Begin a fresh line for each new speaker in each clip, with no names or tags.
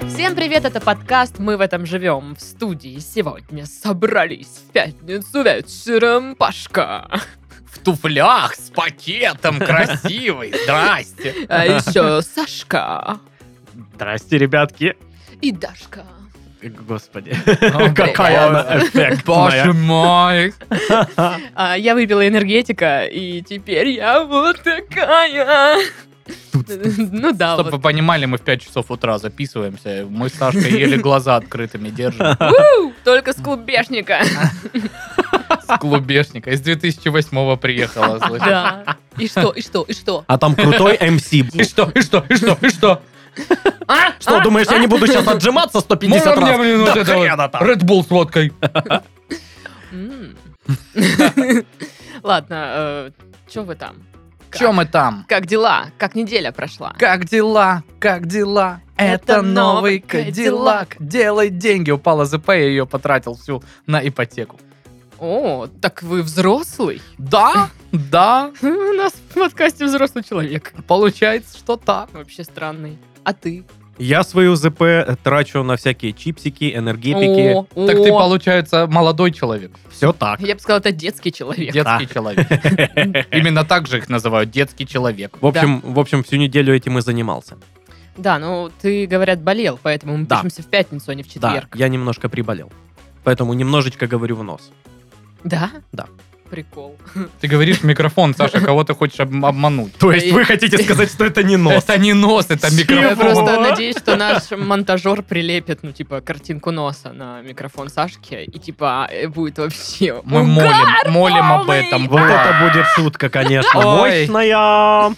привет! Это подкаст «Мы в этом живем». В студии сегодня собрались в пятницу вечером Пашка.
В туфлях с пакетом красивый. Здрасте.
А еще Сашка
Здрасте, ребятки.
и Дашка.
Господи,
Ну,
Какая
какая она эффектная.
Боже мой.
А, я выпила энергетика, и теперь я вот такая. Ну да,
Чтобы
вот.
вы понимали, мы в 5 часов утра записываемся. Мы с Сашкой еле глаза открытыми держим.
У, Только с клубешника.
С клубешника. Из 2008 приехала. слышишь?
Да. И что, и что, и что?
А там крутой МС.
И что, и что, и что, и что?
А?
Что, думаешь, я не буду сейчас отжиматься 150
Можно мне, блин, вот
раз? Да
это вот?
хрена там.
Red Bull с водкой.
М. Ладно, что вы там? Как?
Че мы там?
Как дела? Как неделя прошла?
Как дела? Как дела?
Это новый Cadillac.
Делай деньги. Упала ЗП, я ее потратил всю на ипотеку.
О, так вы взрослый?
Да, да,
У нас в подкасте взрослый человек.
получается, что так.
Вообще странный. А ты?
Я свою ЗП трачу на всякие чипсики, энергетики.
О, о.
Так ты, получается, молодой человек,
Все так.
Я бы сказала, это детский человек.
детский человек. Именно так же их называют, детский человек.
В общем, в общем, всю неделю этим и занимался.
Да, ну ты, говорят, болел, поэтому мы
Да.
пишемся в пятницу, а не в
Да,
четверг.
я немножко приболел. Поэтому немножечко говорю в нос.
Да?
Да.
Прикол.
Ты говоришь в микрофон, Саша, кого ты хочешь об- обмануть.
То
есть вы
хотите сказать, что это не
Это не нос, это
Я
микрофон.
просто надеюсь, что наш монтажер прилепит, ну, типа, картинку носа на микрофон Сашки, и, типа, э, будет вообще...
Мы
угар
молим, молим об
новый!
этом.
Вот
Да.
это будет шутка, конечно.
Ой.
Мощная.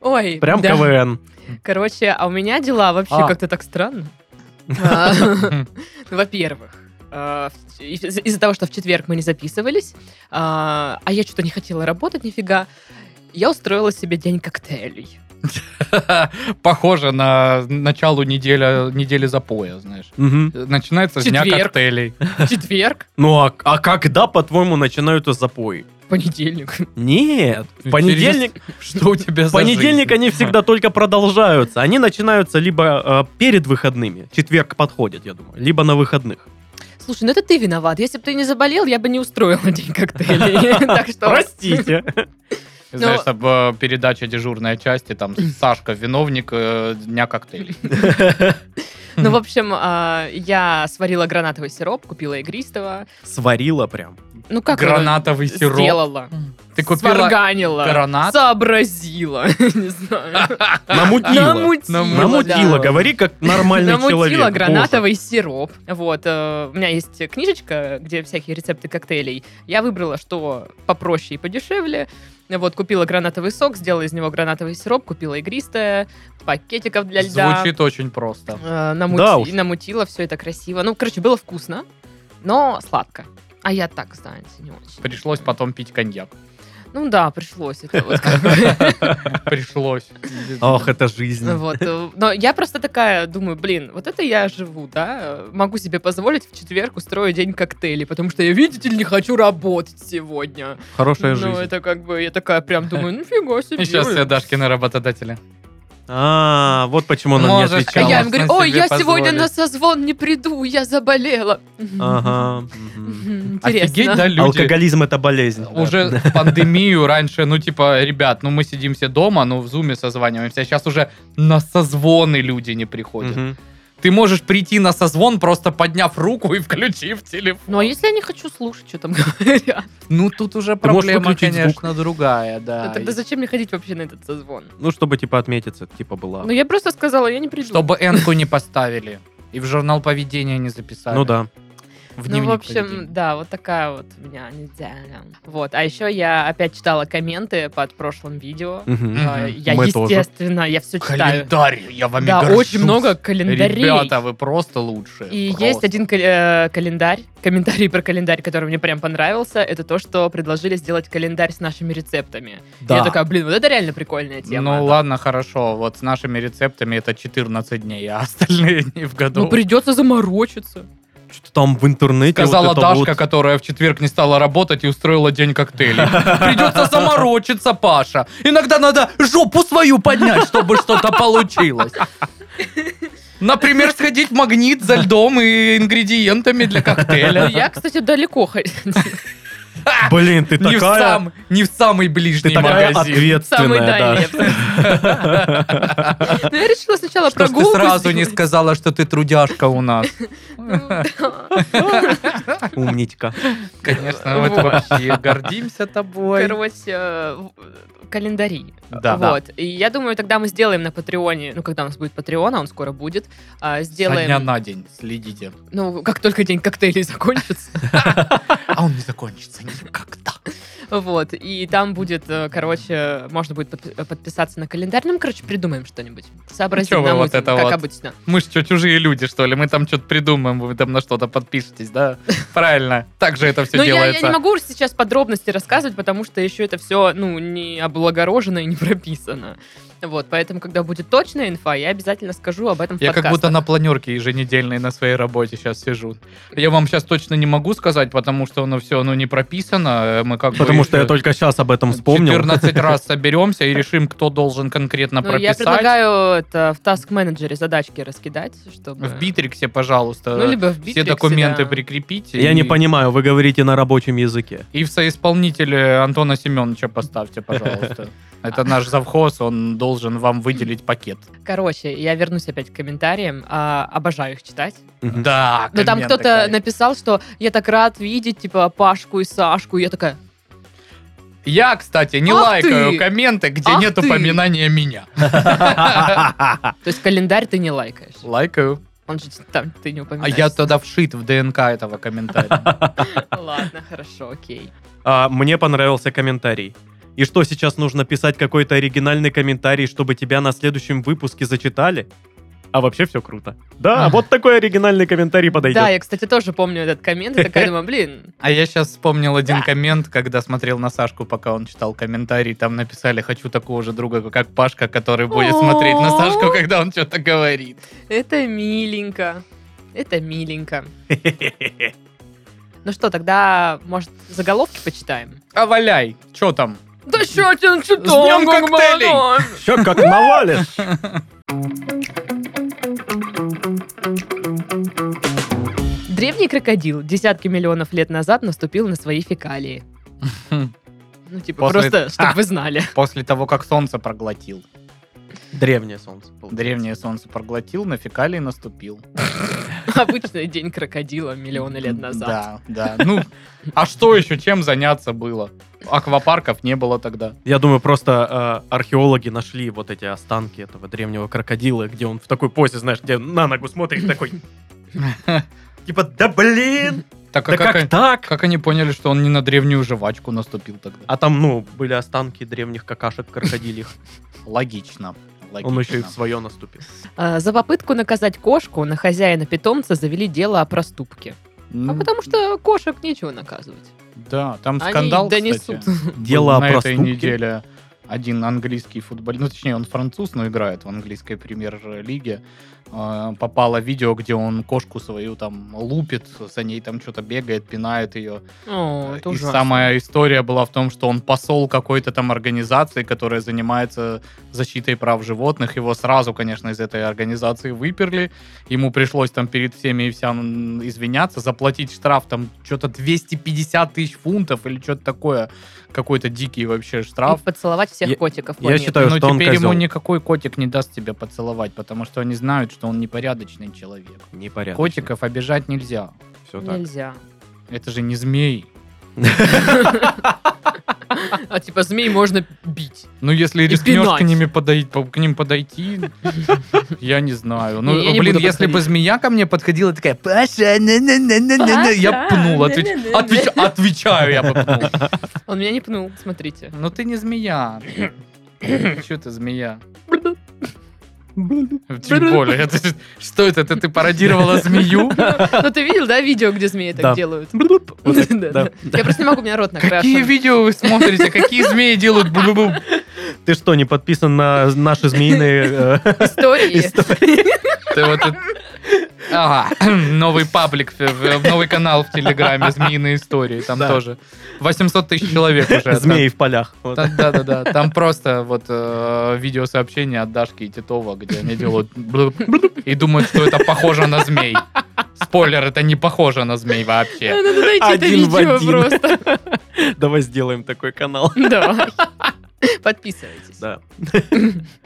Ой,
Прям
да.
КВН.
Короче, а у меня дела вообще
А.
как-то так странно. А, ну, Во-первых, а, в- из- из-за того, что в четверг мы не записывались, э, а а я что-то не хотела работать нифига, я устроила себе день коктейлей.
Похоже на начало неделя, недели запоя, знаешь.
Мгм.
Начинается с дня
Четверг.
коктейлей.
В Четверг,
Ну а, а когда, по-твоему, начинаются запои?
понедельник.
Нет, в понедельник,
Что у тебя
в
за
понедельник
жизнь?
они всегда только продолжаются. Они начинаются либо э, перед выходными, четверг подходит, я думаю, либо на выходных.
Слушай, ну это ты виноват. Если бы ты не заболел, я бы не устроила день коктейлей. Так что...
Простите.
Знаешь,
Ну-
там, э, передача дежурной части, там Сашка виновник э, дня коктейлей.
Ну, в общем, а, я сварила гранатовый сироп, купила игристого.
Сварила прям.
Ну, как его
Гранатовый сироп.
сделала?
Ты купила
Сварганила.
гранат?
Сообразила. Не знаю.
Намутила.
Намутила. да.
Намутила, говори как нормальный
Намутила
человек. Боже.
гранатовый сироп. Вот, э, у меня есть книжечка, где всякие рецепты коктейлей. Я выбрала, что попроще и подешевле. Вот, купила гранатовый сок, сделала из него гранатовый сироп, купила игристое, пакетиков для льда.
Звучит очень просто.
Э, намути-
Да уж.
намутила все это красиво. Ну, короче, было вкусно, но сладко. А я так, знаете, не очень.
Пришлось потом пить коньяк.
Ну да, пришлось это вот как бы.
Пришлось.
Ох, это жизнь.
Вот. э, Но я просто такая думаю, блин, вот это я живу, да? э, Могу себе позволить в четверг устроить день коктейлей, потому что я, видите ли, не хочу работать сегодня.
Хорошая
ну,
жизнь.
это как бы, я такая прям думаю, ну фига себе.
И сейчас все Дашкины работодатели.
А, вот почему она не
Можешь,
А я
отвечала.
им говорю,
Можно
ой, я
себе
сегодня на
позволить».
созвон не приду, я заболела.
Ага. мгм.
Мгм, Интересно.
Офигеть, да, люди.
Алкоголизм это болезнь.
Уже в пандемию раньше, ну, типа, ребят, ну, мы сидим все дома, ну, в зуме созваниваемся. А сейчас уже на созвоны люди не приходят.
Мгм.
Ты можешь прийти на созвон, просто подняв руку и включив телефон.
Ну, а если я не хочу слушать, что там говорят?
Ну, тут уже
можешь
проблема,
выключить звук.
конечно, другая, да.
Ну, Тогда зачем мне ходить вообще на этот созвон?
Ну, чтобы типа отметиться, типа была.
Ну, я просто сказала, я не приду.
Чтобы Энку не поставили. И в журнал поведения не записали.
Ну да.
В
ну, в
дневник
общем,
поведения.
да, вот такая вот у меня неделя. Вот. А еще я опять читала комменты под прошлым видео.
Мгм.
Мгм.
А, Я,
Мы тоже.
естественно, я все читаю.
Календарь, я вами
Да,
горжусь.
очень много календарей.
Ребята, вы просто лучшие.
И
просто.
есть один кал- э, календарь, комментарий про календарь, который мне прям понравился. Это то, что предложили сделать календарь с нашими рецептами.
Да.
Я такая, блин, вот это реально прикольная тема.
Ну ладно, хорошо. Вот с нашими рецептами это 14 дней, а остальные дни в году.
Ну, придется заморочиться.
Что-то там в интернете.
Сказала
вот это
Дашка,
вот.
которая в четверг не стала работать и устроила день коктейлей. Придется заморочиться, Паша. Иногда надо жопу свою поднять, чтобы что-то получилось. Например, сходить в магнит за льдом и ингредиентами для коктейля.
Ну, Я, кстати, далеко ходила.
Блин, ты
Не в,
такая...
сам- не в самый
Ты
ближний
такая
магазин.
Самый
ответственная,
дальний. Ну, я решила сначала
Что ж ты
прогулку
сразу не
сделать.
сказала, что ты трудяшка у нас?
да. Умничка.
Конечно, мы это вообще гордимся тобой.
Короче, э, в- календари.
Да.
вот. И я думаю, тогда мы сделаем на Патреоне, ну, когда у нас будет Патреон, а он скоро будет, а,
Со дня
сделаем,
на день следите.
ну, как только день коктейлей закончится,
А он не закончится никогда.
вот, и там будет, э, короче, можно будет подпи- подписаться на календарь, ну, мы, короче, придумаем что-нибудь, сообразим
Чё вы
на
вот
узел,
это
как
вот?
обычно.
Мы что, чужие люди, что ли? Мы там что-то придумаем, вы там на что-то подпишетесь, да? Правильно. Так же это все
Ну, я, я
делается.
не могу уж сейчас подробности рассказывать, потому что еще это все, ну, не облагорожено и не прописано. Вот, поэтому, когда будет точная инфа, я обязательно скажу об этом в
Я как
подкастах.
будто на планерке еженедельной на своей работе сейчас сижу. Я вам сейчас точно не могу сказать, потому что оно все ну, не прописано. э, Мы как бы
Потому что я
еще
только сейчас об этом вспомнил.
14 раз соберемся и решим, кто должен конкретно
Ну, я
прописать.
предлагаю это в task менеджере задачки раскидать, чтобы...
В Битриксе, пожалуйста,
Ну, либо в Битриксе,
все документы
да.
прикрепите.
Я
и-
не понимаю, вы говорите на рабочем языке.
И в соисполнителе Антона Семеновича поставьте, пожалуйста. Это наш завхоз, он должен вам выделить пакет.
Короче, я вернусь опять к комментариям. А, обожаю их читать.
Да,
Но Ну, там
комменты,
кто-то
кайф.
написал, что я так рад видеть, типа, Пашку и Сашку. Я такая,
Я, кстати, не
Ах
лайкаю
ты!
комменты, где
Ах
нет
ты!
упоминания меня.
«А, то есть календарь ты не лайкаешь.
Лайкаю.
Он же там, ты не
А
упоминаешь.
я тогда вшит в ДНК этого комментария.
Ладно, хорошо, окей.
А, Мне понравился комментарий. И что, сейчас нужно писать какой-то оригинальный комментарий, чтобы тебя на следующем выпуске зачитали? А вообще все круто. Да, вот такой оригинальный комментарий подойдет.
Да, я, кстати, тоже помню этот коммент. И такая думаю, блин,
А я сейчас вспомнил один коммент, когда смотрел на Сашку, пока он читал комментарий. Там написали, хочу такого же друга, как Пашка, который будет смотреть на Сашку, когда он что-то говорит.
это миленько. Это миленько. Ну что, тогда, может, заголовки почитаем?
А валяй, что там?
Да что ты, что
днём коктейлей!
Все как навалишь.
Древний крокодил десятки миллионов лет назад наступил на свои фекалии. Ну, типа,
После- А.
просто, чтобы вы знали.
После того, как солнце проглотил.
Древнее солнце.
Древнее солнце проглотил, на фекалии наступил.
Обычный день крокодила миллионы лет назад.
Да, да. Ну, а что еще, чем заняться было? Аквапарков не было тогда.
Я думаю, просто э, археологи нашли вот эти останки этого древнего крокодила, где он в такой позе, знаешь, где на ногу смотрит такой... Типа, да блин,
Так а
да
как,
как
они-
так?
как они поняли, что он не на древнюю жвачку наступил тогда?
А там, ну, были останки древних какашек крокодильих.
Логично. логично.
Он еще и в свое наступил.
А, За попытку наказать кошку на хозяина питомца завели дело о проступке.
М,
А потому что кошек нечего наказывать.
Да, там
Они
скандал,
донесут.
кстати, был
Дело о
на этой
проступке.
неделе. Один английский футболист, ну точнее он француз, но играет в английской премьер-лиге. Э, Попало видео, где он кошку свою там лупит, за ней там что-то бегает, пинает ее.
О, Ну, это
И
ужасно.
самая история была в том, что он посол какой-то там организации, которая занимается защитой прав животных. Его сразу, конечно, из этой организации выперли. Ему пришлось там перед всеми и вся м, извиняться, заплатить штраф там что-то 250 тысяч фунтов или что-то такое. Какой-то дикий вообще
И
штраф.
поцеловать всех
Я-
котиков.
я
планеты.
считаю,
Но
Ну, что он
теперь ему
козел.
никакой котик не даст тебя поцеловать, потому что они знают, что он непорядочный человек.
Непорядок.
Котиков обижать нельзя.
Все так.
Нельзя.
Это же не змей.
А типа змей можно бить.
Ну, если рискнешь
пинать.
к, ними подой- по- к ним подойти, я не знаю. Ну,
Не, я не
блин,
буду
если бы
подходить.
змея ко мне подходила такая, Паша, на-на-на-на-на-на», я
Паша,
пнул. отвеч-
на-на-на-на.
отвеч- Отвечаю, я бы пнул.
Он меня не пнул, смотрите.
Ну, ты не змея. Че ты змея?
Ну,
Тем более, это же- что это? это Ты пародировала змею?
Ну ты видел, да, видео, где змеи
Да.
так делают?
Вот это,
Да,
да.
да. Я просто не могу, у меня рот
Какие
накрашен.
видео вы смотрите? Какие змеи делают? бу-бу-бу?
Ты что, не подписан на наши змеиные э,
Истории.
истории?
Ты вот это- Ага, новый паблик, в- в- новый канал в Телеграме «Змеиные истории». Там
Да.
тоже 800 тысяч человек уже.
Змеи в полях. Вот.
Да-да-да, там просто вот э, видеосообщение от Дашки и Титова, где они делают блуп, блуп и думают, что это похоже на змей. Спойлер, это не похоже на змей вообще.
Надо найти это
Один в
видео
один.
просто.
Давай сделаем такой канал.
Да. Подписывайтесь.
Да.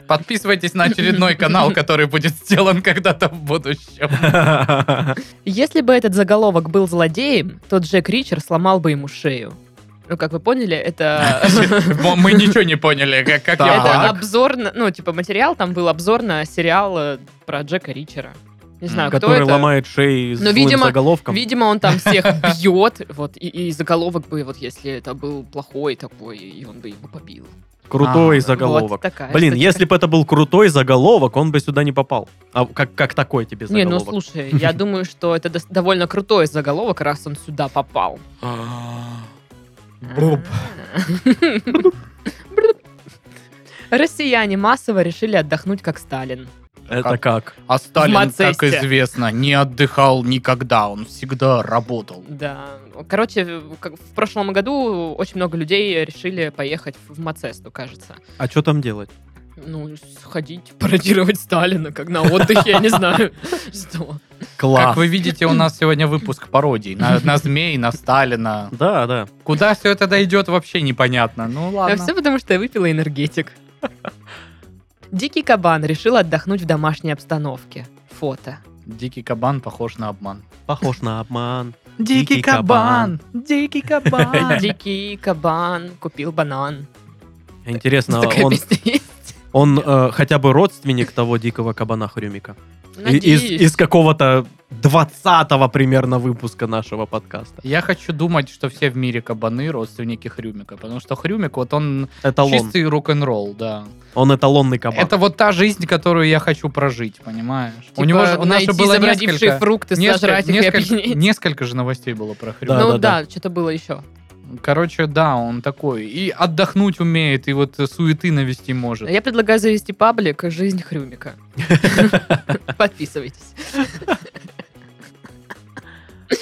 Подписывайтесь на очередной канал, который будет сделан когда-то в будущем.
А Если бы этот заголовок был злодеем, то Джек Ричер сломал бы ему шею. Ну, как вы поняли, это...
М- Мы ничего не поняли, как- как я
Это
понял.
обзор на... Ну, типа, материал там был обзор на сериал э, про Джека Ричера. Не знаю, кто
Который
это.
ломает шеи с
Но,
злым
видимо,
заголовком.
Видимо, он там всех бьет, вот, и, и заголовок бы, вот, если это был плохой такой, и он бы его побил.
Крутой
А,
Вот
заголовок.
такая
Блин,
штучка.
если бы это был крутой заголовок, он бы сюда не попал. А как, как такой тебе
Не, ну
заголовок?
слушай, я думаю, что это дос- довольно крутой заголовок, раз он сюда попал.
А.
Бруп.
Россияне массово решили отдохнуть как Сталин.
Это как?
А
В
Сталин,
Мацесте.
как известно, не отдыхал никогда, он всегда работал.
Да. Короче, как в прошлом году очень много людей решили поехать в Мацесту, кажется.
А что там делать?
Ну, сходить, пародировать Сталина, как на отдыхе, я не знаю. Что?
Как
Класс.
вы видите, у нас сегодня выпуск пародий на, на змей, на Сталина.
Да, да.
Куда все это дойдет, вообще непонятно. Ну
А
ладно.
все потому, что я выпила энергетик. Дикий кабан решил отдохнуть в домашней обстановке. Фото.
Дикий кабан похож на обман.
Похож на обман.
Дикий кабан, дикий кабан.
Дикий кабан купил банан.
Интересно,
Такая
он,
песня есть.
он э, хотя бы родственник того дикого кабана Хрюмика? И- Из,
Надеюсь.
из какого-то 20-го примерно выпуска нашего подкаста.
Я хочу думать, что все в мире кабаны родственники Хрюмика, потому что Хрюмик, вот он
Эталон.
чистый рок-н-ролл, да.
Он эталонный кабан.
Это вот та жизнь, которую я хочу прожить, понимаешь?
Типа,
у него же, у нас же
найти
было
забродившие
несколько,
фрукты,
несколько,
сожрать их и
несколько-
опьянеть.
несколько же новостей было про Хрюмика.
Ну
Да-да-да.
да, что-то было еще.
Короче, да, он такой. И отдохнуть умеет, и вот суеты навести может.
Ну, Я предлагаю завести паблик «Жизнь Хрюмика». Подписывайтесь.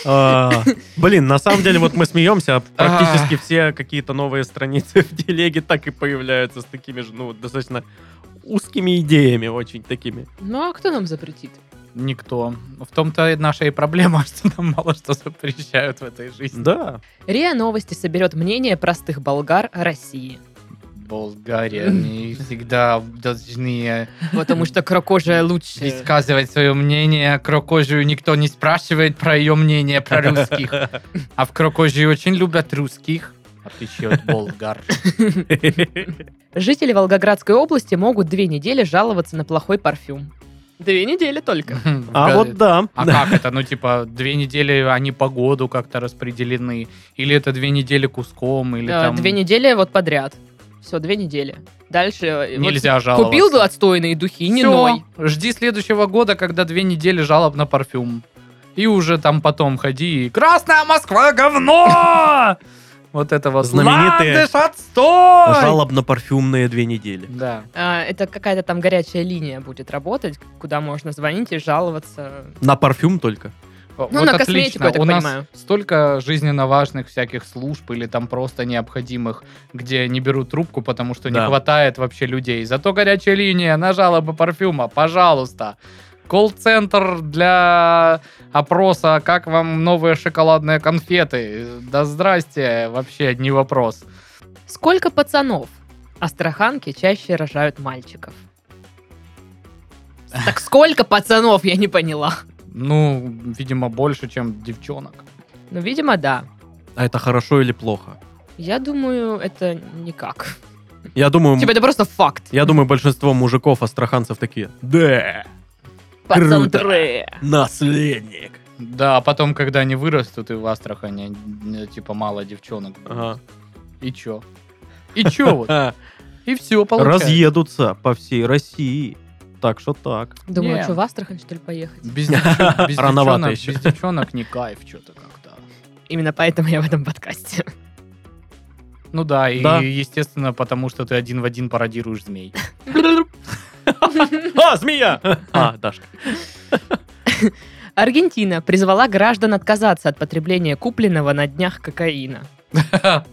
А, Блин, на самом деле, вот мы смеемся, а практически все какие-то новые страницы в телеге так и появляются с такими же, ну, достаточно узкими идеями, очень такими.
Ну а кто нам запретит?
Никто. В том-то и наша и проблема, что нам мало что запрещают в этой жизни.
Да.
РИА Новости соберет мнение простых болгар о России.
Болгария, они всегда должны
Потому что крокожая лучше.
высказывать свое мнение. Крокожию никто не спрашивает про ее мнение про русских. А в Крокожии очень любят русских. Отличие от болгар.
Жители Волгоградской области могут две недели жаловаться на плохой парфюм. Две недели только.
А вот да.
А как это? Ну, типа, две недели они по году как-то распределены? Или это две недели куском? Или
Да,
там
Две недели вот подряд. Все, две недели. Дальше э, вот
нельзя жаловаться?
купил отстойные духи, не
Всё,
ной.
жди следующего года, когда две недели жалоб на парфюм. И уже там потом ходи и «Красная Москва, говно!» Вот это вот
Знаменитые
«Ландыш, отстой!»
Жалобно-парфюмные две недели.
Да.
А, Это какая-то там горячая линия будет работать, куда можно звонить и жаловаться.
На парфюм только.
Ну, на косметику, я так
У нас
понимаю.
столько жизненно важных всяких служб или там просто необходимых, где не берут трубку, потому что
Да.
не хватает вообще людей. Зато горячая линия на жалобы парфюма, пожалуйста. Колл-центр для опроса, как вам новые шоколадные конфеты. Да здрасте, вообще не вопрос.
Сколько пацанов? Астраханки чаще рожают мальчиков. Так сколько пацанов, я не поняла.
Ну, видимо, больше, чем девчонок.
Ну, видимо, да.
А это хорошо или плохо?
Я думаю, это никак.
Я думаю,
Типа, это просто факт.
я думаю, большинство мужиков астраханцев такие. Да,
Пацан
круто.
тре.
наследник.
Да, а потом, когда они вырастут, и в Астрахани, э, типа, мало девчонок. будет.
Ага.
И чё? И чё вот?
А,
И все получается.
Разъедутся по всей России. Так что так.
Думаю,
Не.
что в Астрахань, что ли, поехать?
Без, девчон- без
Рановато
девчонок,
ещё.
без девчонок не кайф что-то как-то.
Именно поэтому я в этом подкасте.
Ну да, и
Да.
естественно, потому что ты один в один пародируешь змей.
А, змея! А, Дашка.
Аргентина призвала граждан отказаться от потребления купленного на днях кокаина.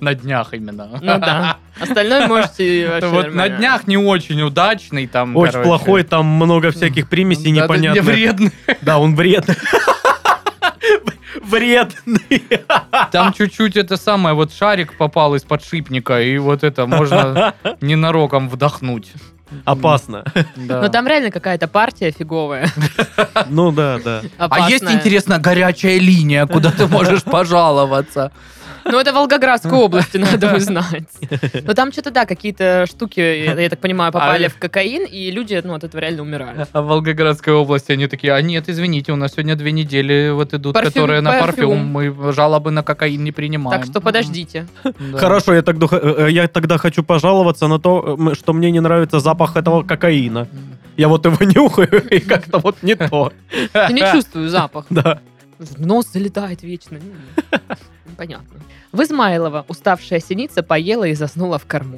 На днях именно.
Ну да. Остальное можете вообще
Вот на
нормально.
днях не очень удачный там.
Очень
короче.
плохой, там много всяких примесей
Да, да, не
непонятных.
вредный.
Да, он вредный. Вредный.
Там чуть-чуть это самое, вот шарик попал из подшипника, и вот это можно ненароком вдохнуть.
Опасно.
Да.
Но Ну, там реально какая-то партия фиговая.
Ну да, да.
А есть,
опасная.
интересно, горячая линия, куда ты можешь пожаловаться?
Ну, это Волгоградской области, надо узнать. Но там что-то, да, какие-то штуки, я я так понимаю, попали
А-
в кокаин, и люди, ну, от этого реально умирали.
А в Волгоградской области они такие, а нет, извините, у нас сегодня две недели вот идут,
Парфюм-
которые на парфюм,
парфюм.
мы жалобы на кокаин не принимаем.
Так что подождите.
Да.
Хорошо, я тогда, х- э, я тогда хочу пожаловаться на то, э, м, что мне не нравится запах этого кокаина. Я вот его нюхаю, и как-то вот не то.
Я не чувствую запах.
Да.
В нос залетает вечно. Ну, Понятно. В Измайлово уставшая синица поела и заснула в корму.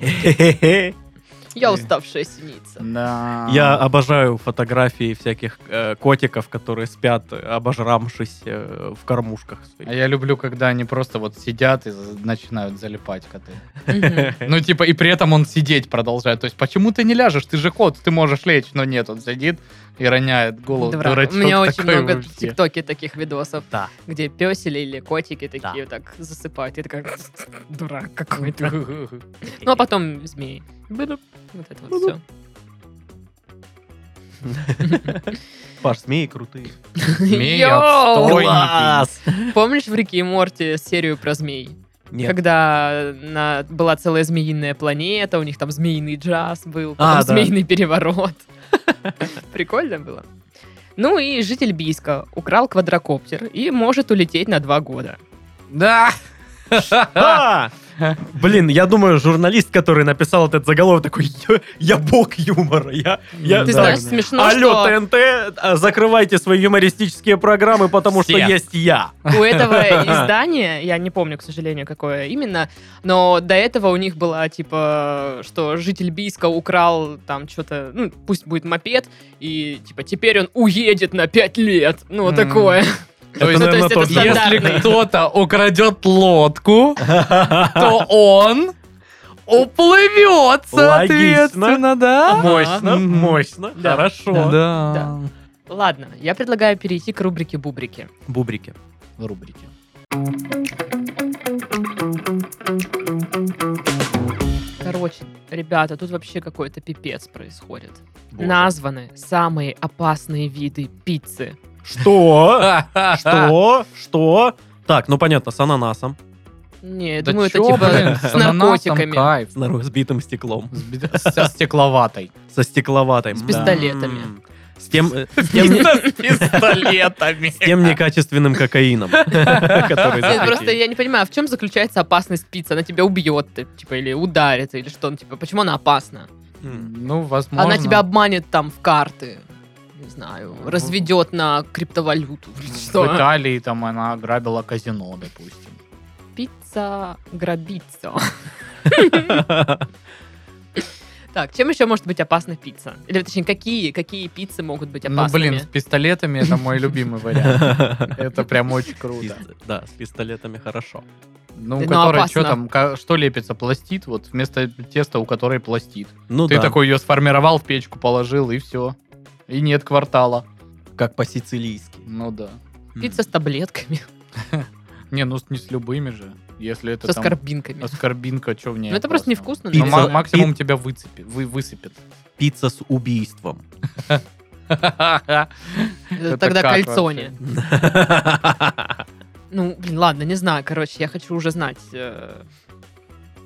Я уставшая синица.
Да.
Я обожаю фотографии всяких э, котиков, которые спят, э, обожрамшись э, в кормушках своих.
А я люблю, когда они просто вот сидят и за- начинают залипать коты.
Мгм.
Ну, типа, и при этом он сидеть продолжает. То есть, почему ты не ляжешь? Ты же кот, ты можешь лечь. Но нет, он сидит и роняет голову.
Дурак.
Дурачок
У меня очень
такой
много в
вообще.
ТикТоке таких видосов,
Да.
где песели или котики
Да.
такие вот так засыпают. И такая, дурак какой-то. Ну, а потом змеи. Быдуп. Вот это вот все.
Паш, змеи крутые.
Змеи
Йоу!
отстойники.
Помнишь в Рике и Морте серию про змей?
Нет.
Когда на- была целая змеиная планета, у них там змеиный джаз был, потом
А, да.
змеиный переворот. Прикольно было. Ну и житель Бийска украл квадрокоптер и может улететь на два года.
Да.
А! Блин, я думаю, журналист, который написал этот заголовок, такой, «Я- я бог юмора, я... я
Ну
Ты
да.
знаешь,
так,
смешно,
Алло,
что
ТНТ, а, закрывайте свои юмористические программы, потому что
Все.
есть я.
у этого издания, я не помню, к сожалению, какое именно, но до этого у них была, типа, что житель Бийска украл там что-то, ну, пусть будет мопед, и, типа, теперь он уедет на пять лет. Ну, вот
М.
такое.
То есть,
Ну, то
наверное,
есть это
тот
стандарт.
если
стандартный.
кто-то украдет лодку, то он уплывет, соответственно, да?
Мощно,
Мгм.
мощно,
Да.
хорошо.
Да.
Ладно, я предлагаю перейти к рубрике «Бубрики».
Бубрики.
Рубрики.
Короче, ребята, тут вообще какой-то пипец происходит. Названы самые опасные виды пиццы.
Что?
А.
Что?
Что? Что? Так, ну понятно, с ананасом,
Не, я
Да
думаю, это
чё,
типа
блин,
с
ананасом
наркотиками.
кайф.
с нар- сбитым стеклом,
С би- Со стекловатой.
со стекловатой.
С
М.
пистолетами.
С тем, э, с тем, не-
С пистолетами.
с тем некачественным кокаином, который
Нет, просто
запретили.
я не понимаю, в чем заключается опасность пиццы? Она тебя убьет, ты, типа, или ударит, или что? Ну, типа, почему она опасна?
М.
Ну, возможно.
Она тебя обманет там в карты, не знаю, разведет на криптовалюту.
В
Что?
Италии там она ограбила казино, допустим.
Пицца грабится. Так, чем еще может быть опасна пицца? Или, точнее, какие, какие пиццы могут быть
Ну,
опасными?
блин, с пистолетами это мой любимый вариант. Это прям очень круто.
Пист- Да, с пистолетами хорошо.
Ну,
Ну,
который
опасно.
что там, ка- что лепится, пластит, вот вместо теста у которой пластит.
Ну
Ты
да,
такой ее сформировал, в печку положил, и все. И нет квартала.
как по-сицилийски.
Ну да.
Пицца с таблетками,
Не, ну с- не с любыми же. Если это
со
там
скорбинками.
аскорбинка, что в ней
Ну, это просто
опасного?
невкусно.
Ну,
Пицца-
наверное.
ма- максимум тебя выцепит, вы, высыпет.
Пицца с убийством.
Это
Это
Э, Тогда
как
кальцоне. Ну, блин, ладно, не знаю, короче, я хочу уже знать. э,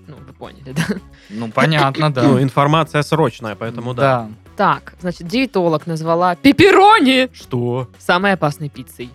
Ну, вы поняли, да?
Ну, понятно,
Ну,
да.
информация срочная, поэтому да.
Так, значит, диетолог назвала пепперони
Что?
самой опасной пиццей.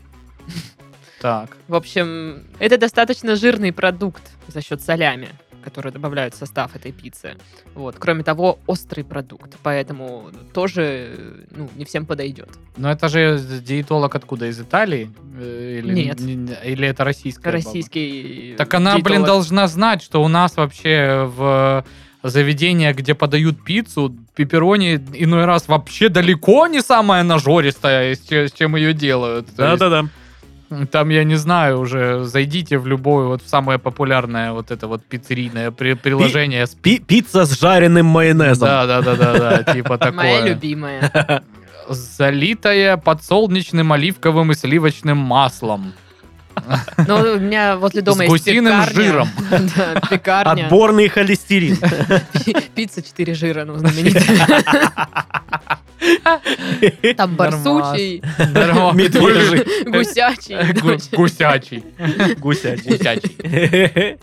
Так.
В общем, это достаточно жирный продукт за счет солями, которые добавляют в состав этой пиццы. Вот. Кроме того, острый продукт, поэтому тоже э, ну, не всем подойдет.
Но это же диетолог откуда? Из Италии? Э, Или,
Нет.
не- не- Или это российская? баба?
Российский
Так она, блин,
диетолог.
должна знать, что у нас вообще в заведения, где подают пиццу, пепперони иной раз вообще далеко не самая нажористая, с че- с чем ее делают. То есть
Да-да-да.
Там, я не знаю, уже зайдите в любое, вот в самое популярное вот это вот пиццерийное при- приложение. с-
Пи- Пицца с жареным майонезом.
Да, да, да, да, да, типа
Моя
такое.
любимая.
Залитое подсолнечным, оливковым и сливочным маслом.
Но у меня возле дома есть
С гусиным
пекарня.
жиром.
Да, пекарня.
Отборный холестерин.
Пи- Пицца 4 жира, ну, знаменитая. Там
Нормас.
барсучий,
Нормально.
Медвежий.
гусячий.
Э, Гу- Гусячий.
Гусячий.
Гусячий.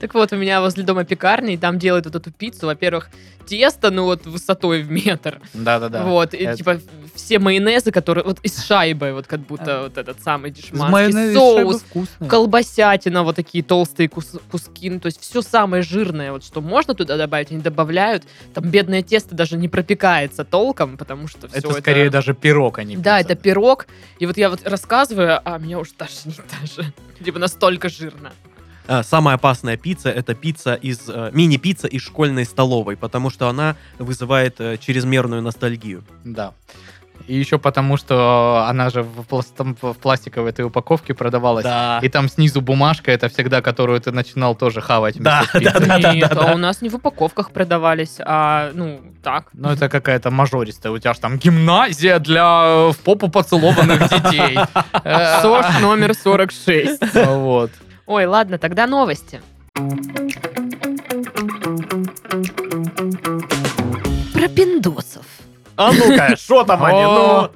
Так вот, у меня возле дома пекарня, и там делают вот эту пиццу. Во-первых, тесто, ну вот высотой в метр.
Да-да-да.
Вот, и,
Это-
типа все майонезы, которые вот из шайбы, вот как будто вот этот самый дешманский соус,
вкусно.
колбасятина, вот такие толстые кус- куски, ну, то есть все самое жирное, вот что можно туда добавить, они добавляют. Там бедное тесто даже не пропекается толком, потому что все
Это скорее даже пирог, а не
Да,
пицца.
это пирог. И вот я вот рассказываю, а меня уже тошнит даже. Типа настолько жирно.
А, Самая опасная пицца это пицца из э, мини-пицца из школьной столовой, потому что она вызывает э, чрезмерную ностальгию.
Да. И еще потому, что она же в, пласт- там в пластиковой этой упаковке продавалась.
Да.
И там снизу бумажка, это всегда, которую ты начинал тоже хавать.
Да,
вместе с пиццей.
Да, да,
Нет,
да,
а
да.
у нас не в упаковках продавались, а, ну, так.
Ну, это какая-то мажористая. У тебя же там гимназия для э, в попу поцелованных детей. Э,
СОЖ номер 46.
Вот.
Ой, ладно, тогда новости. Про пиндосов.
А ну-ка, что там они?
О,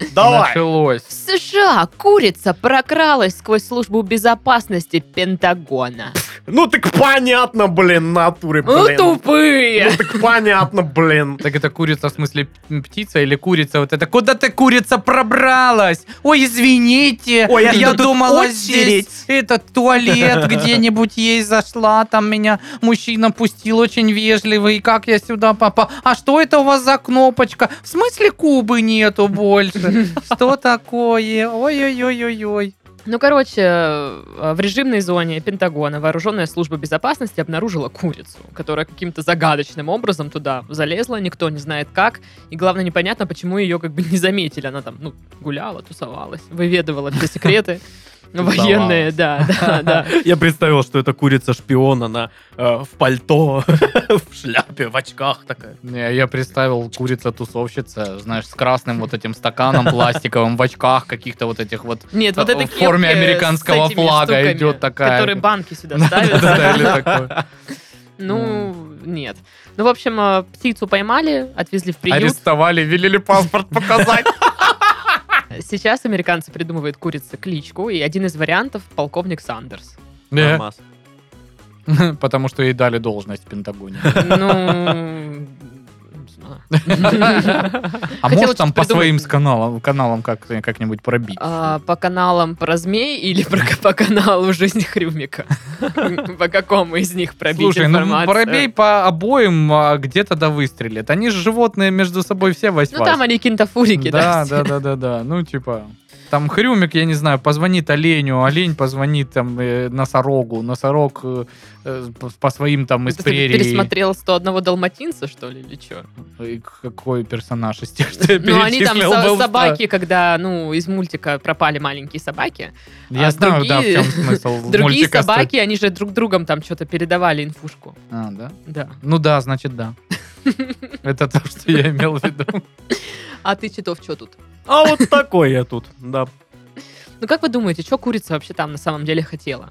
Ну, давай.
В
Началось.
США курица прокралась сквозь службу безопасности Пентагона.
Ну так понятно, блин, натуре,
Ну,
блин.
тупые!
Ну так понятно, блин.
Так это курица, в смысле п- птица или курица? Вот это куда ты курица пробралась? Ой, извините,
Ой, а
я
тут
думала
очередь.
здесь этот туалет где-нибудь ей зашла, там меня мужчина пустил очень вежливый, как я сюда попал? А что это у вас за кнопочка? В смысле кубы нету больше? Что такое? Ой-ой-ой-ой-ой.
Ну, короче, э, в режимной зоне Пентагона вооруженная служба безопасности обнаружила курицу, которая каким-то загадочным образом туда залезла, никто не знает как, и главное, непонятно, почему ее как бы не заметили. Она там, ну, гуляла, тусовалась, выведывала все секреты военные, да, да, да.
Я представил, что это курица-шпион, она э, в пальто, в шляпе, в очках такая.
Не, я представил курица-тусовщица, знаешь, с красным вот этим стаканом пластиковым в очках каких-то вот этих вот
Нет, вот
В
это
форме
кепки с
американского
этими
флага
штуками,
идет такая.
Которые банки сюда
Да-да-да, или
ставят.
такое.
Ну, нет. Ну, в общем, э, птицу поймали, отвезли в
А
приют.
Арестовали, велели паспорт показать.
Сейчас американцы придумывают курице кличку, и один из вариантов — полковник Сандерс.
Да,
Нормас.
Потому что ей дали должность в Пентагоне.
Ну, не знаю.
А
Хотела
может
что-то
там по
придумать.
своим с каналам, каналам как- э, как-нибудь пробить?
А, По каналам про змей или про- по каналу «Жизнь Хрюмика»? По какому из них пробить
Слушай, ну
информацию?
пробей по обоим а, где-то да выстрелит. Они же животные между собой все вась
Ну, там они кентафурики,
да, да, да, да, да. Ну, типа, там хрюмик, я не знаю, позвонит оленю, а олень позвонит там э, носорогу, носорог э, э, по- по своим там из
Ты
прерий.
пересмотрел 101 далматинца, что ли, или что?
И Какой персонаж из тех, что я
Ну, они там
перечислил,
со-
был
собаки, когда, ну, из мультика пропали маленькие собаки.
ста- Я
а
знаю, да, в
другие-
чем смысл
Другие
мультика ста-
собаки, они же друг другом там что-то передавали инфушку.
А, да?
Да.
Ну да, значит да. Это то, что я имел в виду.
А ты, Читов, что тут?
А вот такой я тут, да.
Ну как вы думаете, что курица вообще там на самом деле хотела?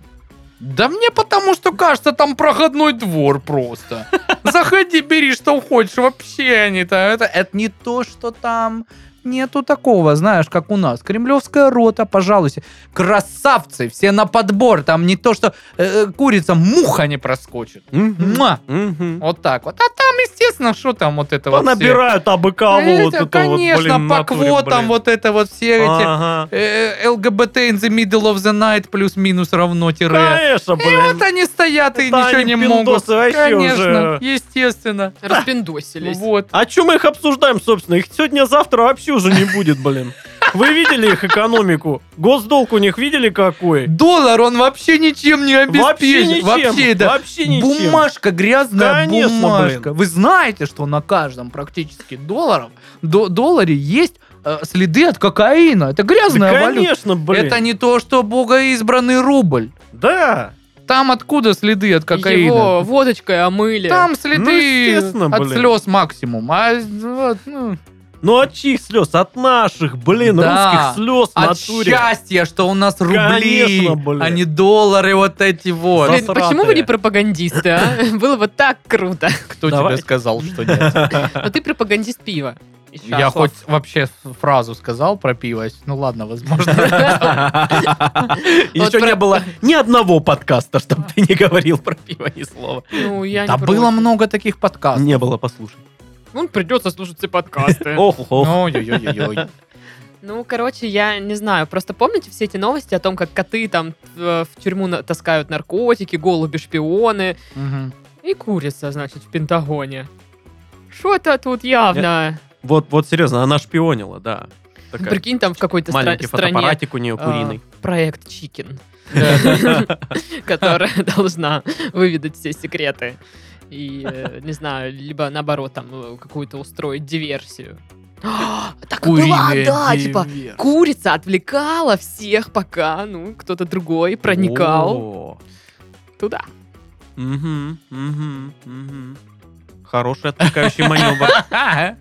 Да мне потому что кажется, там проходной двор просто. Заходи, бери, что хочешь. Вообще они там. Это, это не то, что там. Нету такого, знаешь, как у нас. Кремлевская рота, пожалуйста. Красавцы, все на подбор. Там не то, что э, э, курица, муха не проскочит.
Мгм.
Муа!
Мгм.
Вот так вот. А там, естественно, что там вот это вот все.
Понабирают абы кого вот
Это,
это вот,
Ну, конечно,
блин,
по
натуре,
квотам
блин.
вот это вот все
Ага.
эти Э, ЛГБТ in the middle of the night плюс-минус равно тире.
Конечно,
И вот
блин.
они стоят и
Да,
ничего
они
не могут.
пиндосы а вообще
Конечно,
уже.
естественно.
Распиндосились.
Вот.
А чем мы их обсуждаем, собственно? Их сегодня-завтра вообще уже не будет, блин. Вы видели их экономику? Госдолг у них видели какой?
Доллар он вообще ничем не обеспечен.
Вообще ничем.
Вообще, да.
Вообще ничем.
Бумажка, грязная
Конечно,
бумажка. Вы знаете, что на каждом практически долларом, до- долларе есть э, следы от кокаина. Это
Да,
грязная валюта.
конечно, блин.
Это не то, что богоизбранный рубль.
Да.
Там откуда следы от кокаина?
Его водочкой омыли.
Там
Ну,
следы
естественно,
от
блин.
слез максимум. А, вот, ну,
Ну от чьих слез? От наших, блин,
Да.
русских слез в
от
натуре.
счастья, что у нас рубли,
Конечно, блин.
а не доллары вот эти вот.
Блин,
Засратые.
почему вы не пропагандисты, а? Было бы так круто.
Кто
Давай.
сказал, что нет?
Но ты пропагандист пива.
Я хоть вообще фразу сказал про пиво. Ну ладно, возможно.
Вот
Еще
про-
не было ни одного подкаста, чтобы ты не говорил про пиво ни слова.
Ну, я не
Да было
против.
много таких подкастов.
Не было, послушай.
Ну, придется слушать все подкасты.
Ох, ох, ох.
Ну, ой-ой-ой.
Ну, короче, я не знаю. Просто помните все эти новости о том, как коты там э, в тюрьму на- таскают наркотики, голуби шпионы
Мгм.
и курица, значит, в Пентагоне. Что-то тут явно.
Вот, вот серьезно, она шпионила, да. Такая
Прикинь, там в какой-то стра-
маленький
стране
фотоаппаратик у нее
а,
куриный.
проект Чикен, которая должна выведать все секреты. И, э, не знаю, либо наоборот, там э, какую-то устроить диверсию. А, Так и была,
Куриные
да, типа,
девер.
Курица отвлекала всех, пока, ну, кто-то другой проникал
О.
туда.
Мгм, мгм, мгм. Хороший отвлекающий маневр.
Ага.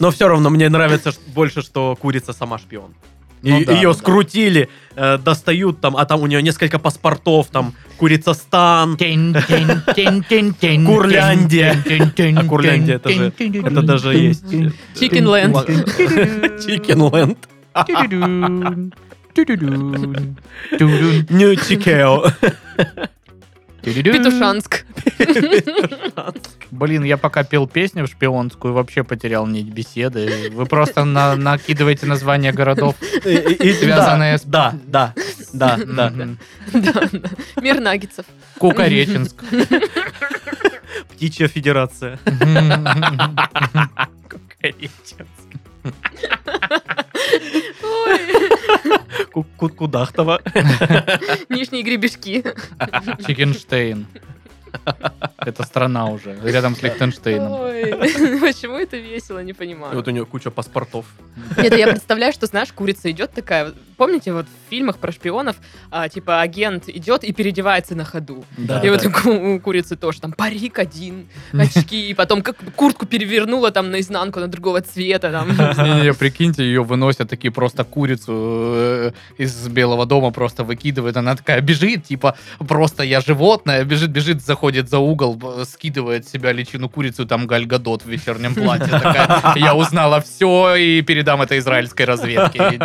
Но все равно мне нравится ш- больше, что курица сама шпион.
Ну
И-
да,
ее
да.
скрутили, э, достают там, а там у нее несколько паспортов, там Курицастан.
Тин, тин, тин, тин, тин,
Курляндия.
тин, тин, тин,
А Курляндия это же-
тин, тин,
Это даже
тин,
есть.
тин,
Чикенленд.
Чикенленд.
Тю-дю-дюн, тю-дю-дюн, тю-дюн,
Нью Чикео.
тю-дю-дюн.
Петушанск.
Блин, я пока пел песню шпионскую, вообще потерял нить беседы. Вы просто на- накидываете названия городов.
И- и- и-
Связанные
да,
с-
Да, да, да, да.
Мгм.
Да, да. Мир наггетсов.
Кукареченск.
Птичья федерация.
Мгм.
Ой,
Ку- ку- Кудахтова.
Нижние гребешки.
Чикенштейн. Это страна уже, рядом с Лихтенштейном.
Ой, почему это весело, не
И
понимаю.
Вот у нее куча паспортов.
Нет, я представляю, что, знаешь, курица идет такая. вот, Помните, вот в фильмах про шпионов, а, типа, агент идет и переодевается на ходу.
Да,
И вот
да.
у ку- у курицы тоже там парик один, очки, и потом как куртку перевернула там наизнанку на другого цвета. Там.
Не-не-не, прикиньте, ее выносят такие просто курицу э, из Белого дома просто выкидывают. Она такая бежит, типа, просто я животное, бежит, бежит, заходит за угол, б- скидывает с себя личину курицу, там Гальгадот в вечернем платье. Такая, я узнала все и передам это израильской разведке.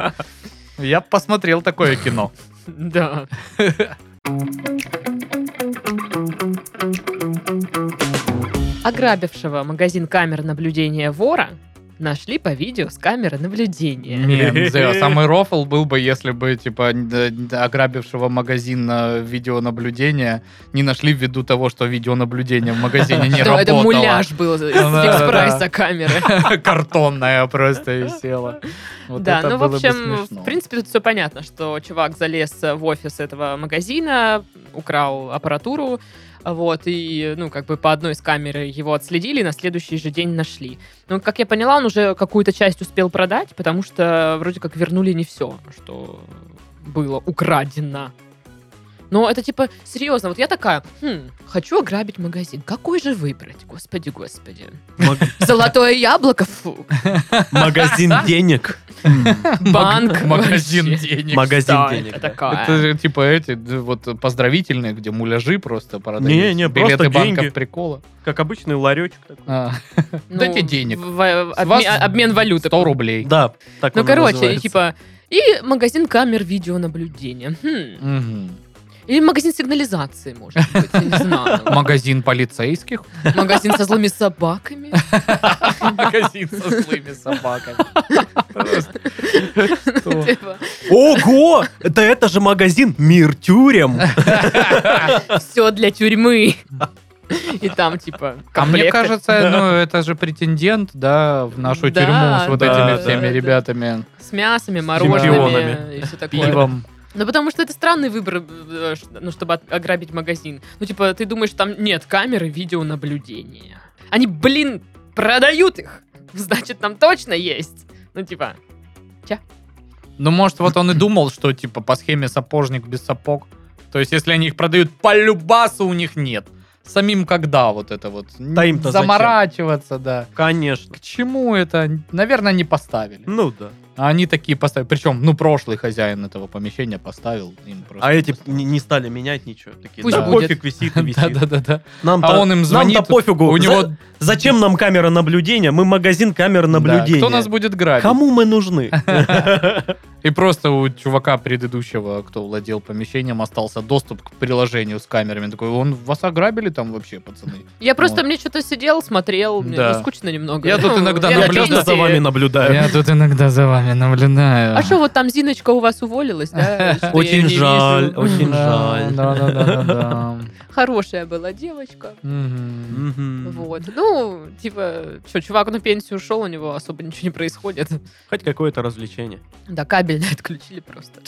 Я посмотрел такое кино.
Да. Ограбившего магазин камер наблюдения вора нашли по видео с камеры наблюдения.
Не, да, Самый рофл был бы, если бы, типа, н- н- ограбившего магазин на видеонаблюдение не нашли ввиду того, что видеонаблюдение в магазине не
Что это
работало.
муляж был из
Да, да, да.
фикс-прайса камеры.
Картонная просто висела. Вот
да,
это
ну,
было
в
бы
общем,
смешно.
в принципе, тут все понятно, что чувак залез в офис этого магазина, украл аппаратуру, вот, и, ну, как бы по одной из камер его отследили, и на следующий же день нашли. Но, как я поняла, он уже какую-то часть успел продать, потому что вроде как вернули не все, что было украдено. Но это типа серьезно, вот я такая, «Хм, хочу ограбить магазин. Какой же выбрать? Господи, господи.
Маг-
Золотое яблоко, фу.
Магазин денег.
Банк.
Магазин
вообще.
денег.
Магазин
Что
денег,
это
да.
такое?
Это же, типа эти д- вот поздравительные, где муляжи просто продают.
Не-не, просто
Билеты
деньги.
банков прикола.
Как обычный ларечек. такой.
А,
Ну,
Дайте денег.
в- в-
С вас
обме- Обмен валюты.
100 рублей.
Да, так
Ну,
он и
короче, и
называется.
типа... И магазин камер видеонаблюдения. Хм.
Мгм.
Или магазин сигнализации, может быть, я не знаю.
Магазин полицейских.
Магазин со злыми собаками.
Магазин со злыми собаками. Просто. Что?
Типа,
Ого! Да это же магазин Мир Тюрем.
Все для тюрьмы. И там, типа,
А мне
комплекты.
кажется,
Да.
ну это же претендент, да, в нашу
Да,
тюрьму с вот
да,
этими
да,
всеми
да.
ребятами,
С мясами,
чемпионами.
морожеными и все такое.
пивом.
Ну, потому что это странный выбор, э, ш- ну, чтобы от- ограбить магазин. Ну, типа, ты думаешь, там нет камеры видеонаблюдения. Они, блин, продают их. Значит, там точно есть. Ну, типа,
Ну, может, вот он и думал, что типа по схеме сапожник без сапог. То есть, если они их продают по любасу, у них нет. Самим когда вот это вот? Н-
Да им-то зачем?
Заморачиваться, да.
Конечно.
К чему это? Наверное, не поставили.
Ну да.
А они такие поставили. Причем, ну, прошлый хозяин этого помещения поставил. Им просто
А эти не, не стали менять ничего. Такие,
Пусть
да,
будет.
пофиг висит и висит.
Да-да-да.
Нам-то,
А он им звонит,
Нам-то пофигу.
У
За-
него...
Зачем нам камера наблюдения? Мы магазин камер наблюдения.
Да, Кто нас будет грабить?
Кому мы нужны?
И просто у чувака предыдущего, кто владел помещением, остался доступ к приложению с камерами. Такой, он вас ограбили там вообще, пацаны?
я просто,
Вот.
мне что-то сидел, смотрел, мне
Да.
ну, скучно немного.
Я тут иногда
на
Я
наблюдаю.
часто за вами наблюдаю.
Я тут иногда за вами наблюдаю.
А что, вот там Зиночка у вас уволилась, да? Что я
Очень
её не
жаль,
вижу?
очень жаль.
Да, да, да, да, да.
Хорошая была девочка.
Мгм.
Мгм.
Вот. Ну, типа, что, чувак на пенсию ушел, у него особо ничего не происходит.
Хоть какое-то развлечение.
Да, кабель отключили просто.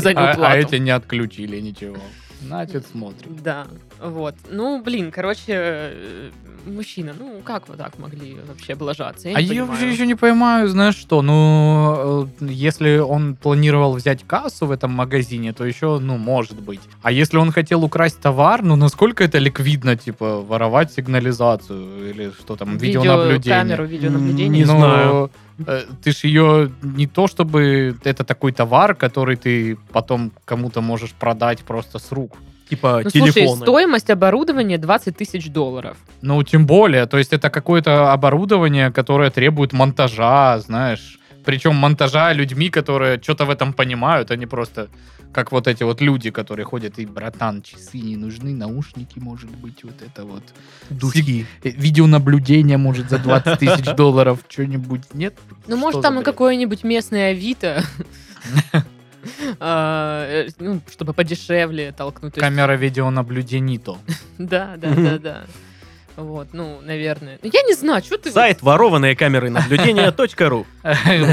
За
А а
неуплату.
эти не отключили ничего. Значит, смотрим.
Да, вот. Ну, блин, короче, э, мужчина, ну как вы так могли вообще облажаться? Я
А
не
я
понимаю.
вообще еще не понимаю, знаешь что, ну, э, если он планировал взять кассу в этом магазине, то еще, ну, может быть. А если он хотел украсть товар, ну, насколько это ликвидно, типа, воровать сигнализацию или что там, видеонаблюдение?
Камеру, видеонаблюдение.
Не
Ну,
знаю.
э, Ты ж ее не то чтобы это такой товар, который ты потом кому-то можешь продать просто с рук.
Типа
Ну, слушай,
телефоны.
стоимость оборудования 20 тысяч долларов.
Ну, тем более, то есть это какое-то оборудование, которое требует монтажа, знаешь. Причем монтажа людьми, которые что-то в этом понимают, они просто как вот эти вот люди, которые ходят и, братан, часы не нужны, наушники, может быть, вот это вот.
Духи.
Э, Видеонаблюдение, может, за 20 тысяч долларов что-нибудь, нет?
Ну,
Что
может,
за
там и
бред?
какое-нибудь местное авито. А, э, Ну, чтобы подешевле толкнуть. То есть,
Камера видеонаблюдения то.
Да, да, да, да. Вот, ну, наверное. Ну, Я не знаю, что ты...
Сайт ворованные камеры наблюдения .ру.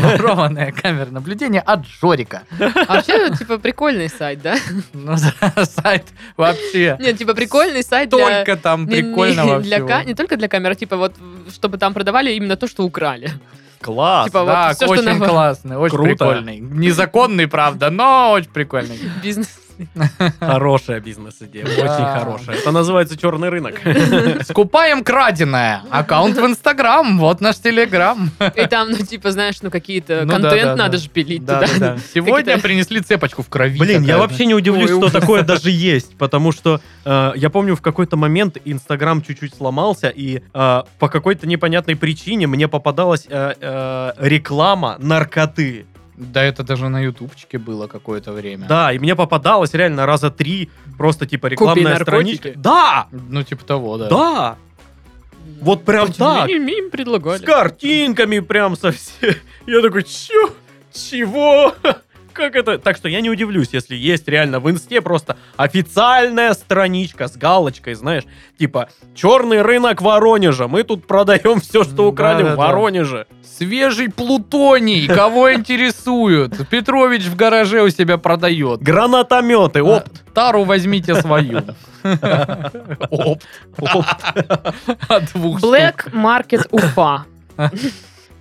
Ворованная камера наблюдения от Жорика.
А вообще, типа, прикольный сайт, да?
Ну, сайт вообще.
Нет, типа, прикольный сайт для-
Только там
Не- не-
прикольного
для
всего.
ка- Не только для камер, а типа вот, чтобы там продавали именно то, что украли.
Класс.
Типа, вот
да,
всё, что
очень
нам-
классный, очень
Круто.
прикольный. Незаконный, правда, но очень прикольный.
Бизнес.
Хорошая бизнес-идея. Очень
Да.
хорошая. Это называется черный рынок.
Скупаем краденое. Аккаунт в Инстаграм, вот наш Телеграм.
И там, ну, типа, знаешь, ну, какие-то
Ну да, да,
контент
да.
надо же пилить
Да, да,
туда.
да. Сегодня
Какие-то-
принесли цепочку в крови.
Блин, я
такая,
вообще не удивлюсь,
Ой,
что
ужас.
такое даже есть, потому что э, я помню, в какой-то момент Инстаграм чуть-чуть сломался, и э, по какой-то непонятной причине мне попадалась э, э, реклама наркоты.
Да, это даже на ютубчике было какое-то время.
Да, и мне попадалось реально раза три просто типа рекламная
наркотики.
страничка. Да,
Ну, типа того, да.
да, вот прям
Почему?
так.
Им им
С
предлагали.
картинками прям совсем. Я такой, чё? Чего? Как это? Так что я не удивлюсь, если есть реально в инсте просто официальная страничка с галочкой, знаешь, типа «Черный рынок Воронежа». Мы тут продаем все, что украли в
Да-да-да.
Воронеже.
Свежий плутоний, кого интересует. Петрович в гараже у себя продает. А,
Гранатометы, опт.
Тару возьмите свою. Опт. От двух штук.
Black Market Уфа.
А.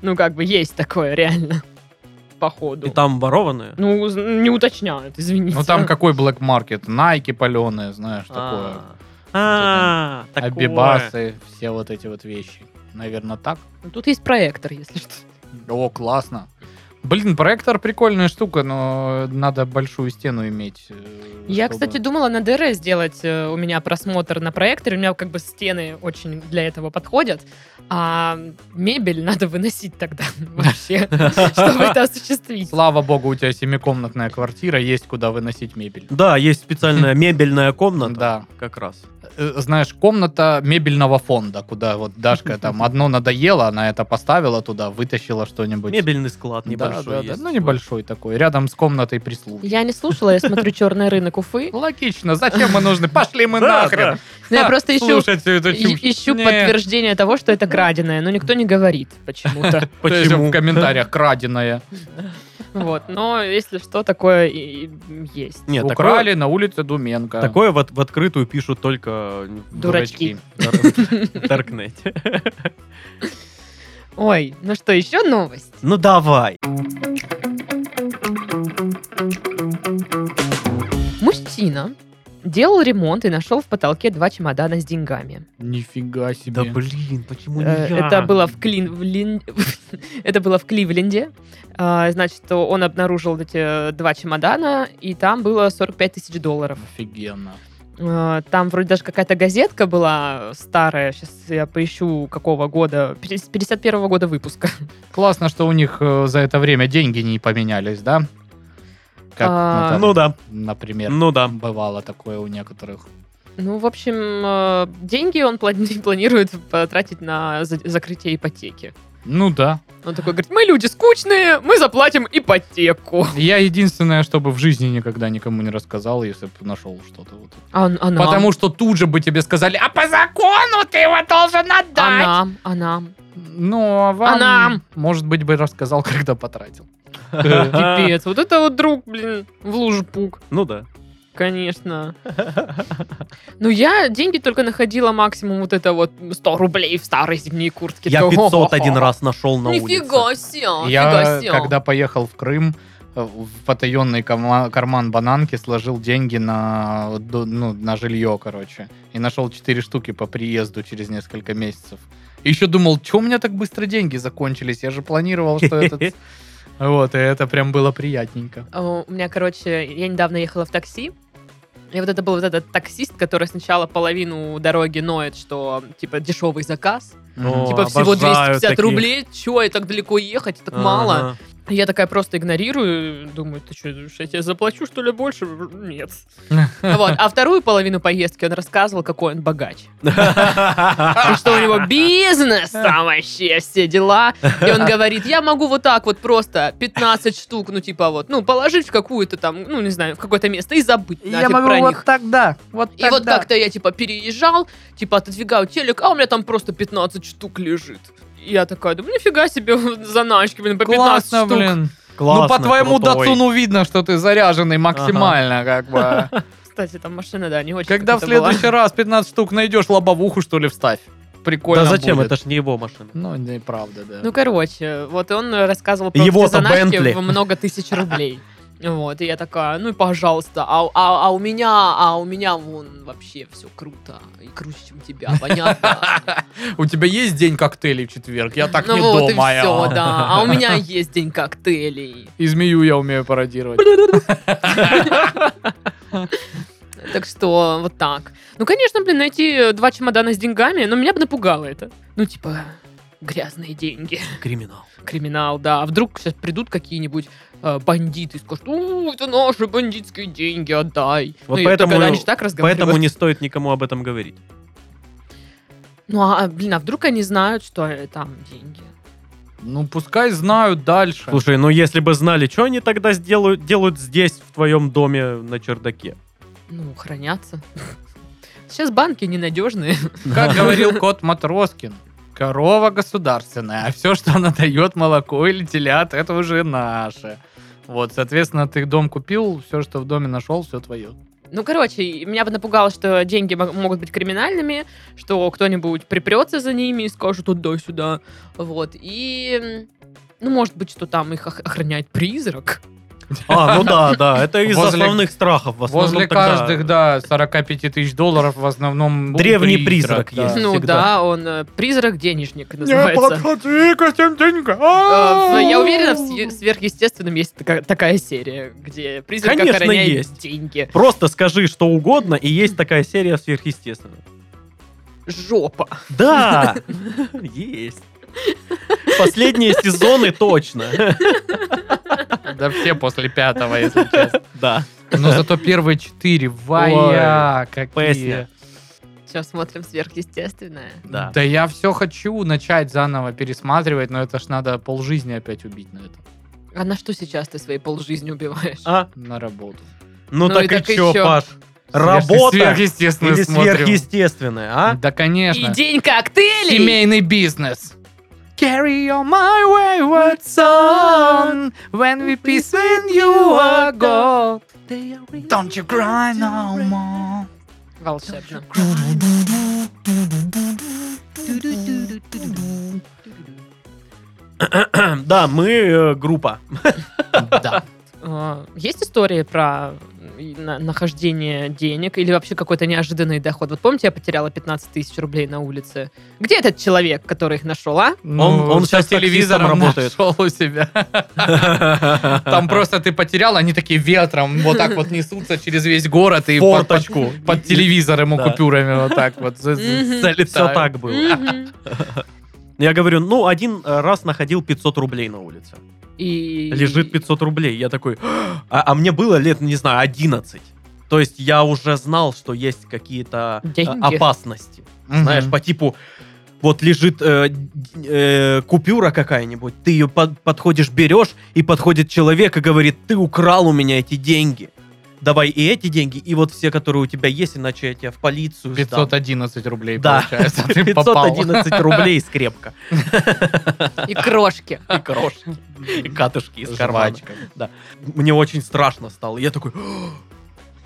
Ну, как бы есть такое, реально.
И
Походу.
там ворованные.
Ну, з- не уточняют, извините.
Ну там какой black market? Найки паленые, знаешь, такое.
А. А, такое.
Абибасы, все вот эти вот вещи. Наверное, так.
Ну, Тут есть проектор, если что.
О, классно. Блин, проектор прикольная штука, но надо большую стену иметь. э,
Я,
чтобы-
кстати, думала на ДР сделать э, у меня просмотр на проекторе. У меня как бы стены очень для этого подходят. А мебель надо выносить тогда вообще, чтобы это осуществить.
Слава богу, у тебя семикомнатная квартира, есть куда выносить мебель.
Да, есть специальная мебельная комната.
Да.
Как раз.
э, знаешь, комната мебельного фонда, куда вот Дашка там одно надоело, она это поставила туда, вытащила что-нибудь.
Мебельный склад
Да,
небольшой
да, да.
есть.
Ну, небольшой такой, рядом с комнатой прислуги.
Я не слушала, я смотрю черный рынок Уфы.
Логично, зачем мы нужны? Пошли мы
Да,
нахрен.
Но Ну, я
Ха,
просто ищу,
Слушать всю эту
и-
чушь.
ищу
Не.
подтверждение того, что это краденое, но никто не говорит почему-то.
То есть
Почему?
В комментариях краденое.
Вот, но если что, такое и- и есть.
Нет,
Украли на улице Думенко.
такое, такое вот в открытую пишут только э,
Дурачки.
в Даркнете.
Ой, ну что, еще новость?
Ну давай.
Мужчина делал ремонт и нашел в потолке два чемодана с деньгами.
Нифига
Да
себе.
блин, почему не
Э,
я?
Это было в Клин... в Лин- Это было в Кливленде. А, Значит, то он обнаружил эти э, два чемодана, и там было 45 тысяч долларов.
Офигенно.
Э, Там вроде даже какая-то газетка была старая. Сейчас я поищу, какого года. 51 года выпуска.
Классно, что у них э, за это время деньги не поменялись, да? Как,
А,
ну,
Ну да,
там, например,
ну да.
бывало такое у некоторых.
Ну, в общем, э, деньги он плани- планирует потратить на за- закрытие ипотеки.
Ну да.
Он такой говорит, мы люди скучные, мы заплатим ипотеку.
Я единственное, чтобы в жизни никогда никому не рассказал, если бы нашел что-то. Вот.
А, н- а нам?
Потому что тут же бы тебе сказали, а по закону ты его должен отдать.
А нам? А нам?
Ну, а вам,
А нам?
может быть, бы рассказал, когда потратил.
Э, Пипец, вот это вот друг, блин, в лужу пук,
Ну да.
конечно. Ну, я деньги только находила максимум вот это вот 100 рублей в старой зимней куртке.
Я
То-
500 один раз нашел на улице.
Нифига себе,
Я,
нифига себе.
когда поехал в Крым, э, в потаенный карман, карман бананки сложил деньги на, до- ну, на жилье, короче. И нашел 4 штуки по приезду через несколько месяцев. И Еще думал, что у меня так быстро деньги закончились? Я же планировал, что этот... Вот, и это прям было приятненько.
Э, У меня, короче, я недавно ехала в такси, и вот это был вот этот таксист, который сначала половину дороги ноет, что, типа, дешевый заказ.
Ну, О,
типа, всего
обожаю
250
таких.
рублей. Чё, я так далеко ехать, так мало.
Ага.
Я такая просто игнорирую, думаю, ты что, я тебе заплачу, что ли, больше? Нет. Вот. А вторую половину поездки он рассказывал, какой он богач. И что у него бизнес, там вообще все дела. И он говорит, я могу вот так вот просто 15 штук, ну типа вот, ну положить в какую-то там, ну не знаю, в какое-то место и забыть нафиг типа про них.
тогда, вот
И вот как-то я, типа, переезжал, типа, отодвигаю телек, а у меня там просто 15 штук лежит. И Я такая, думаю, нифига себе, заначки, блин, по 15
Классно,
штук.
блин.
Классно,
ну, по твоему
крутой.
дацуну видно, что ты заряженный максимально, как бы.
Кстати, там машина, да, не очень
Когда в
как-то была.
следующий раз 15 штук найдешь, лобовуху, что ли, вставь. Прикольно
Да зачем?
будет.
Это ж не его машина.
Ну, не правда, да.
Ну, короче, вот и он рассказывал про
Его-то
все заначки
Бентли.
в много тысяч рублей. Вот, и я такая, ну и пожалуйста, а, а- а у меня, а у меня вон вообще все круто и круче, чем тебя, понятно?
У тебя есть день коктейлей в четверг? Я так
ну
не
вот и
думаю.
все, да. А у меня есть день коктейлей.
И змею я умею пародировать.
Так что вот так. Ну, конечно, блин, найти два чемодана с деньгами, но меня бы напугало это. Ну, типа, грязные деньги.
Криминал.
Криминал, да. А вдруг сейчас придут какие-нибудь э, бандиты и скажут, у, это наши бандитские деньги, отдай.
Вот
Ну, и
поэтому-
только они же так разговаривают.
Поэтому не стоит никому об этом говорить.
Ну, а, блин, а вдруг они знают, что э, там деньги?
Ну, пускай знают дальше.
Слушай, ну если бы знали, что они тогда сделают, делают здесь, в твоем доме на чердаке?
Ну, хранятся. Сейчас банки ненадежные.
ну.
Как говорил кот Матроскин, корова государственная, а все, что она дает, молоко или телят, это уже наше. Вот, соответственно, ты дом купил, все, что в доме нашел, все твое.
Ну, короче, и меня бы напугало, что деньги мо- могут быть криминальными, что кто-нибудь припрется за ними и скажет «отдай сюда». Вот, и... м, Ну, может быть, что там их ох- охраняет призрак.
А, ну да, да, это из
Возле-
основных страхов. В основном
Возле
тогда
каждых, да, 45 тысяч долларов в основном был
Древний призрак
да.
есть.
ну
всегда.
да, он э, призрак-денежник называется.
подходи к этим
Э, в-
деньгам!
Я уверена, в св- сверхъестественном есть така- такая серия, где призрак
Конечно,
охраняет
есть.
деньги.
Просто скажи что угодно, и есть такая серия сверхъестественного.
Жопа.
Да, есть. Последние сезоны точно.
Да все после пятого, если честно.
Да.
Но зато первые четыре, вая, какие.
песня.
Что, смотрим сверхъестественное?
Да.
Да я все хочу начать заново пересматривать, но это ж надо полжизни опять убить на это.
А на что сейчас ты своей полжизни убиваешь?
А?
На работу.
Ну,
Ну и
так и
так и
чё,
чё?
Паш?
Сверх-
Работа
Сверхъестественное
или
смотрим.
сверхъестественное, а?
Да, конечно.
И день коктейлей!
Семейный бизнес. Carry on my wayward son When we peace when you are gone Don't you cry no more
Волшебно.
Да, мы э, группа.
Да.
А, Есть истории про и на- нахождение денег или вообще какой-то неожиданный доход? Вот помните, я потеряла 15 тысяч рублей на улице? Где этот человек, который их нашел, а?
Ну,
он сейчас таксистом работает.
нашел у себя. Там
Там
просто ты потерял, они такие ветром вот так вот несутся через весь город и под, под-
форточку.
под телевизор ему
Да.
купюрами вот так вот за- за-
Мгм.
залетают.
Все так было.
Мгм.
Я говорю, ну, один э, раз находил 500 рублей на улице.
И...
Лежит 500 рублей. Я такой, «А, а мне было лет, не знаю, 11. То есть я уже знал, что есть какие-то э,
Деньги.
опасности.
Мгм.
Знаешь, по типу, вот лежит э, д- э, купюра какая-нибудь, ты ее под- подходишь, берешь, и подходит человек и говорит, ты украл у меня эти деньги. Давай и эти деньги, и вот все, которые у тебя есть, иначе я тебя в полицию сдам».
511 рублей
Да.
получается. Ты попал.
511 рублей скрепка.
И крошки.
И крошки, и катышки из кармана.
Жвачка.
Мне очень страшно стало. Я такой... «Ах!»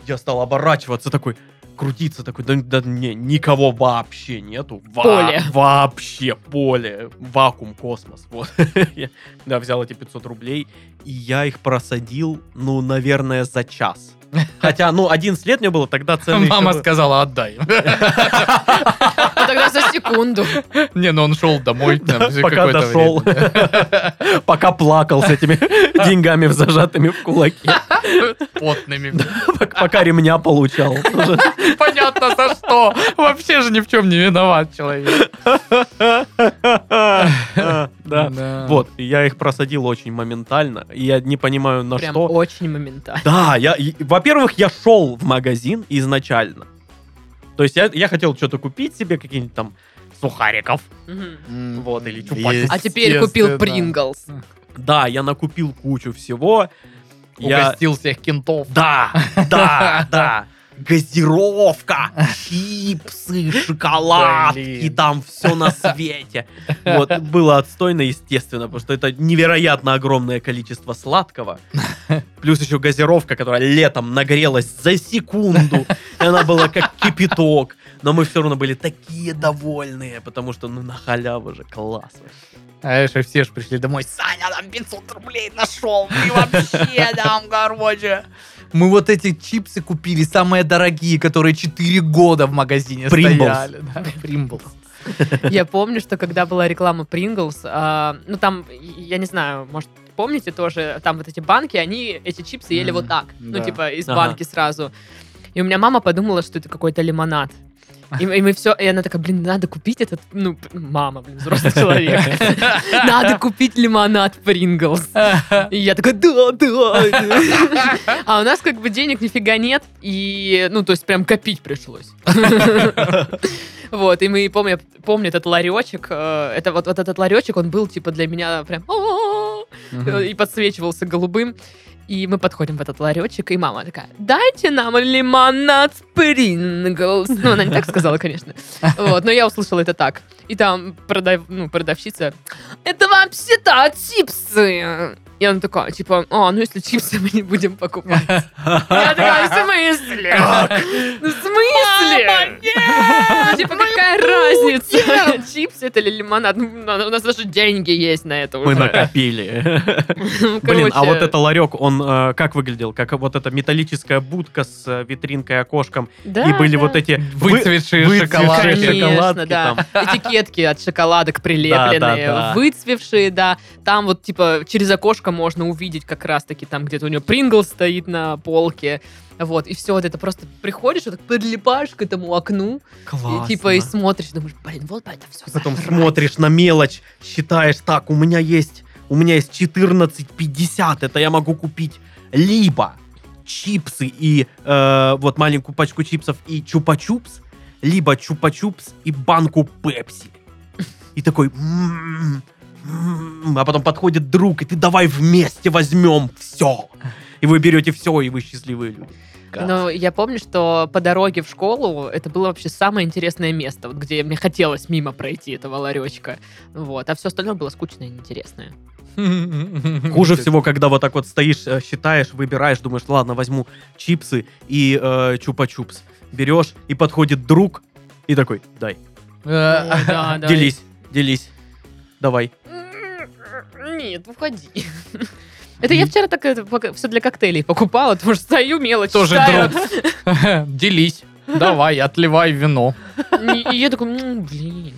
Я стал оборачиваться такой, крутиться такой, да, да не, никого вообще нету. Во-
Поле.
Вообще поле, вакуум, космос. Вот. Я да, взял эти 500 рублей, и я их просадил, ну, наверное, за час. Хотя, ну, 11 лет мне было, тогда цены еще
Мама
бы-
сказала, отдай.
А тогда за секунду.
Не, ну он шел домой. там, за
пока
какое-то
дошел,
время.
пока плакал с этими деньгами в зажатыми в кулаке,
Потными.
пока ремня получал.
Понятно, за что. Вообще же ни в чем не виноват человек.
Да. Вот, и я их просадил очень моментально. и Я не понимаю, на
Прям
что.
очень моментально.
Да, я, и- во-первых, я шел в магазин изначально. То есть я, я хотел что-то купить себе, какие-нибудь там сухариков.
Мгм.
М,
Вот, или чупа-
естественно.
А теперь купил Принглс.
Да, я накупил кучу всего. Я...
Угостил всех кентов.
Да, да, да. Газировка, чипсы, шоколадки,
Блин.
там все на свете. Вот, было отстойно, естественно, потому что это невероятно огромное количество сладкого. Плюс еще газировка, которая летом нагрелась за секунду. И она была как кипяток. Но мы все равно были такие довольные, потому что, ну, на халяву же классно.
А знаешь, и все же пришли домой. Саня, там 500 рублей нашел. И вообще там, короче. Мы вот эти чипсы купили, самые дорогие, которые 4 года в магазине
Pringles.
стояли. да. Pringles.
Я помню, что когда была реклама Принглс, ну там, я не знаю, может, помните тоже, там вот эти банки, они эти чипсы ели
Мгм,
вот так. Ну,
да.
типа, из
Ага.
банки сразу. И у меня мама подумала, что это какой-то лимонад. И, мы- и мы все, и она такая, блин, надо купить этот, ну, п- мама, блин, взрослый человек. Надо купить лимонад Принглс. И я такая, да, да. А у нас как бы денег нифига нет, и, ну, то есть прям копить пришлось. Вот, и мы, помню, я помню этот ларечек, э, это вот, вот этот ларечек, он был, типа, для меня прям «О-о-о», э, и подсвечивался голубым. И мы подходим в этот ларечек, и мама такая, дайте нам лимонад Принглс. Ну, она не так сказала, конечно. Вот, но я услышала это так. И там продав- ну, продавщица, это вообще-то чипсы. И она такая, типа, а, ну если чипсы мы не будем покупать. Я такая, в смысле? Ну, в смысле? Ну, типа, какая разница? Чипсы это или лимонад? Ну, на- У нас даже деньги есть на это
Мы
уже.
накопили.
Ну,
Блин, а
короче,
вот это ларек, он э, как выглядел? Как вот эта металлическая будка с э, витринкой, окошком.
да,
и были
да.
вот эти вы-
Выцветшие
выцветшие
шоколадки.
Конечно,
шоколадки
да. Этикетки от шоколадок прилепленные,
Да, да, да.
выцвевшие, да. Там вот, типа, через окошко можно увидеть как раз-таки там где-то у него Прингл стоит на полке. Вот, и все вот это просто приходишь, вот так подлипаешь к этому окну,
Классно.
и типа и смотришь, думаешь, блин, вот бы это все
Потом смотришь на мелочь, считаешь, так, у меня есть, у меня есть 14,50, это я могу купить либо чипсы и э, вот маленькую пачку чипсов и чупа-чупс, либо чупа-чупс и банку пепси. И такой... «М, м». А потом подходит друг, и ты давай вместе возьмем все. И вы берете все, и вы счастливые люди.
Но я помню, что по дороге в школу это было вообще самое интересное место, вот где мне хотелось мимо пройти этого ларечка. Вот. А все остальное было скучное и неинтересное.
Хуже всего, когда вот так вот стоишь, э, считаешь, выбираешь, думаешь, ладно, возьму чипсы и э, чупа-чупс. Берешь, и подходит друг, и такой, дай,
Э,
Ой, да, да.
делись, делись, давай.
М, Нет, уходи. Это я вчера так все для коктейлей покупала, потому что стою мелочь,
Тоже
читаю.
Делись. Давай, отливай вино.
И я такой, «М, блин.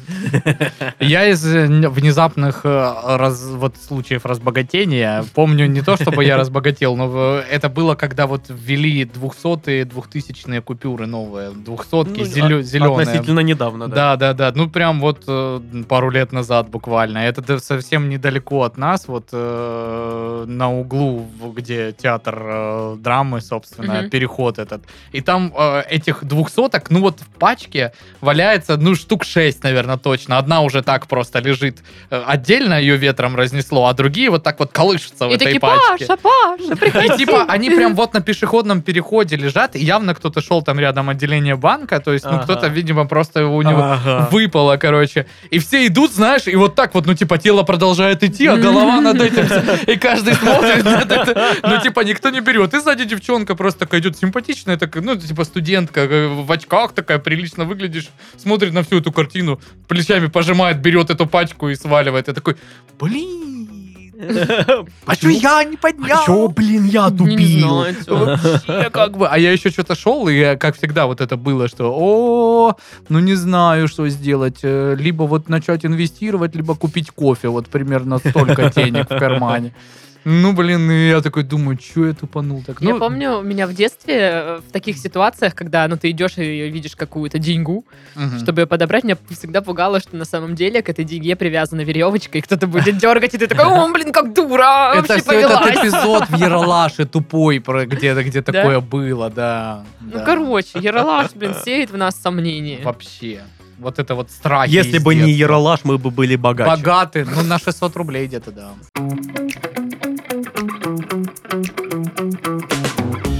Я из э, н- внезапных э, раз- вот случаев разбогатения помню не то, чтобы я разбогател, но в- это было, когда вот ввели 200-е, 2000-е купюры новые, двухсотки,
Ну,
зелё-
а-
зеленые.
Относительно недавно, да.
Да, да, да. Ну, прям вот э, пару лет назад буквально. Это да- совсем недалеко от нас, вот э, на углу, в- где театр э, драмы, собственно,
Мгм.
переход этот. И там э, этих двухсоток, ну вот в пачке валяется, ну, штук шесть, наверное, точно. Одна уже так просто лежит э, отдельно, ее ветром разнесло, а другие вот так вот колышутся в
И
этой
такие,
пачке.
Паша, Паша,
И
приходи.
типа они прям вот на пешеходном переходе лежат, и явно кто-то шел там рядом отделение банка, то есть, ну,
Ага.
кто-то, видимо, просто у него
Ага.
выпало, короче. И все идут, знаешь, и вот так вот, ну, типа, тело продолжает идти, а голова над этим. И каждый смотрит на это. Ну, типа, никто не берет. И сзади девчонка просто такая идет симпатичная, такая, ну, типа, студентка, э, в очках такая, прилично выглядишь, смотрит на всю эту картину, плечами пожимает, берет эту пачку и сваливает. Я такой, блин, а что я не поднял?
Чё, блин, я
Не
тупил?
знаю, чё.
Вообще, как бы. А я еще что-то шел, и э, как всегда вот это было, что о ну не знаю, что сделать. Э, Либо вот начать инвестировать, либо купить кофе. Вот примерно столько денег в кармане. Ну, блин, и я такой думаю, что я тупанул так?
Я
Ну,
помню, у меня в детстве э, в таких ситуациях, когда ну, ты идешь и видишь какую-то деньгу,
мгм.
чтобы ее подобрать, меня всегда пугало, что на самом деле к этой деньге привязана веревочка, и кто-то будет дергать, и ты такой, о, блин, как дура,
Это
вообще
все этот
повелась».
эпизод в Яралаше тупой, про- где, где
Да?
такое было, да.
Ну,
да.
короче, Ералаш, блин, сеет в нас сомнения.
Вообще. Вот это вот страхи.
Если
из
бы не
детства.
Ералаш, мы бы были богаче.
Богаты, ну на 600 рублей где-то, да.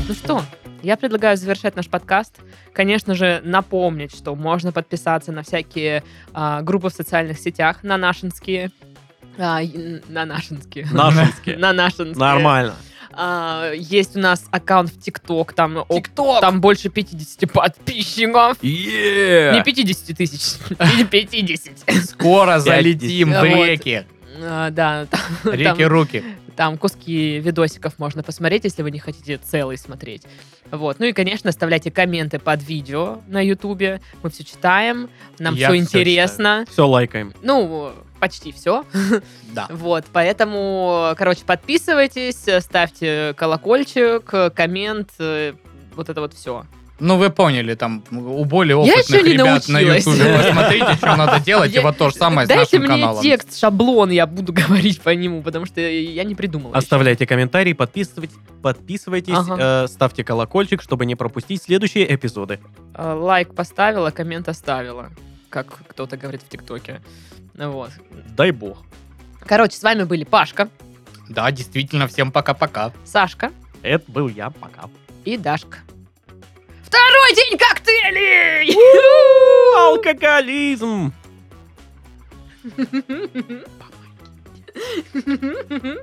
Ну что, я предлагаю завершать наш подкаст. Конечно же, напомнить, что можно подписаться на всякие а, группы в социальных сетях, на нашинские. а, и- на нашинские.
Нашинские.
На нашинские.
Нормально.
А, есть у нас аккаунт в ТикТок, там, о-
ТикТок!
там больше 50 подписчиков. Не
Е-е-е.
50 тысяч, не 50.
Скоро залетим
десять.
в
Вот.
реки.
А, Да, там- там-
Реки-руки.
Там куски видосиков можно посмотреть, если вы не хотите целый смотреть. Вот. Ну и, конечно, оставляйте комменты под видео на Ютубе. Мы все читаем, нам
Я
все
всё
интересно.
Все лайкаем.
Ну, почти все.
Да.
Вот. Поэтому, короче, подписывайтесь, ставьте колокольчик, коммент, э, вот это вот все.
Ну, вы поняли, там у более
Я
опытных
еще не
ребят на
научилась.
Ютубе. Вы смотрите, что надо делать, и
Я-
вот то же самое с
Дайте
нашим
мне
каналом.
текст, шаблон, я буду говорить по нему, потому что я не придумала. ещё.
Оставляйте комментарии, подписывайтесь, подписывайтесь
Ага.
э, ставьте колокольчик, чтобы не пропустить следующие эпизоды.
Э, лайк поставила, коммент оставила, как кто-то говорит в ТикТоке. Ну Вот.
Дай бог.
Короче, с вами были Пашка,
Да, действительно, всем пока-пока.
Сашка
Это был я, пока.
и Дашка. Второй день коктейлей!
Алкоголизм!
Ну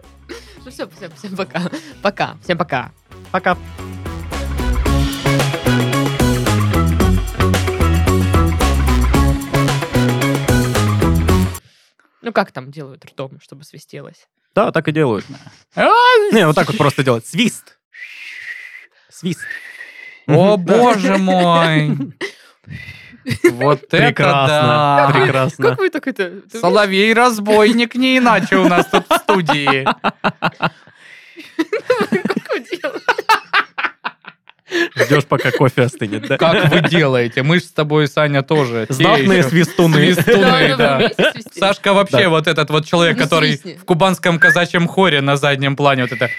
все, всем, всем пока. Пока, всем пока.
Пока.
Ну как там делают ртом, чтобы свистелось?
Да, так и делают.
А!
Не, вот так вот просто делают. Свист. Свист.
О, боже мой. Вот это
Прекрасно.
да.
Прекрасно.
Как вы так это... ты
Соловей-разбойник не иначе у нас тут в студии.
как вы делаете?
Ждешь, пока кофе остынет, да?
Как вы делаете? Мы ж с тобой, Саня, тоже. те
Знатные
еще
свистуны.
свистуны,
Да, да,
да.
вместе свистели.
Сашка вообще
Да.
вот этот вот человек,
Не
который
свистни.
в кубанском казачьем хоре на заднем плане вот это...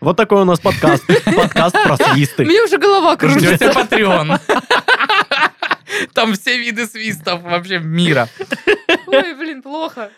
Вот такой у нас подкаст. Подкаст про свисты.
Мне уже голова
Ждете
кружится.
Patreon. Там все виды свистов вообще мира.
Ой, блин, плохо.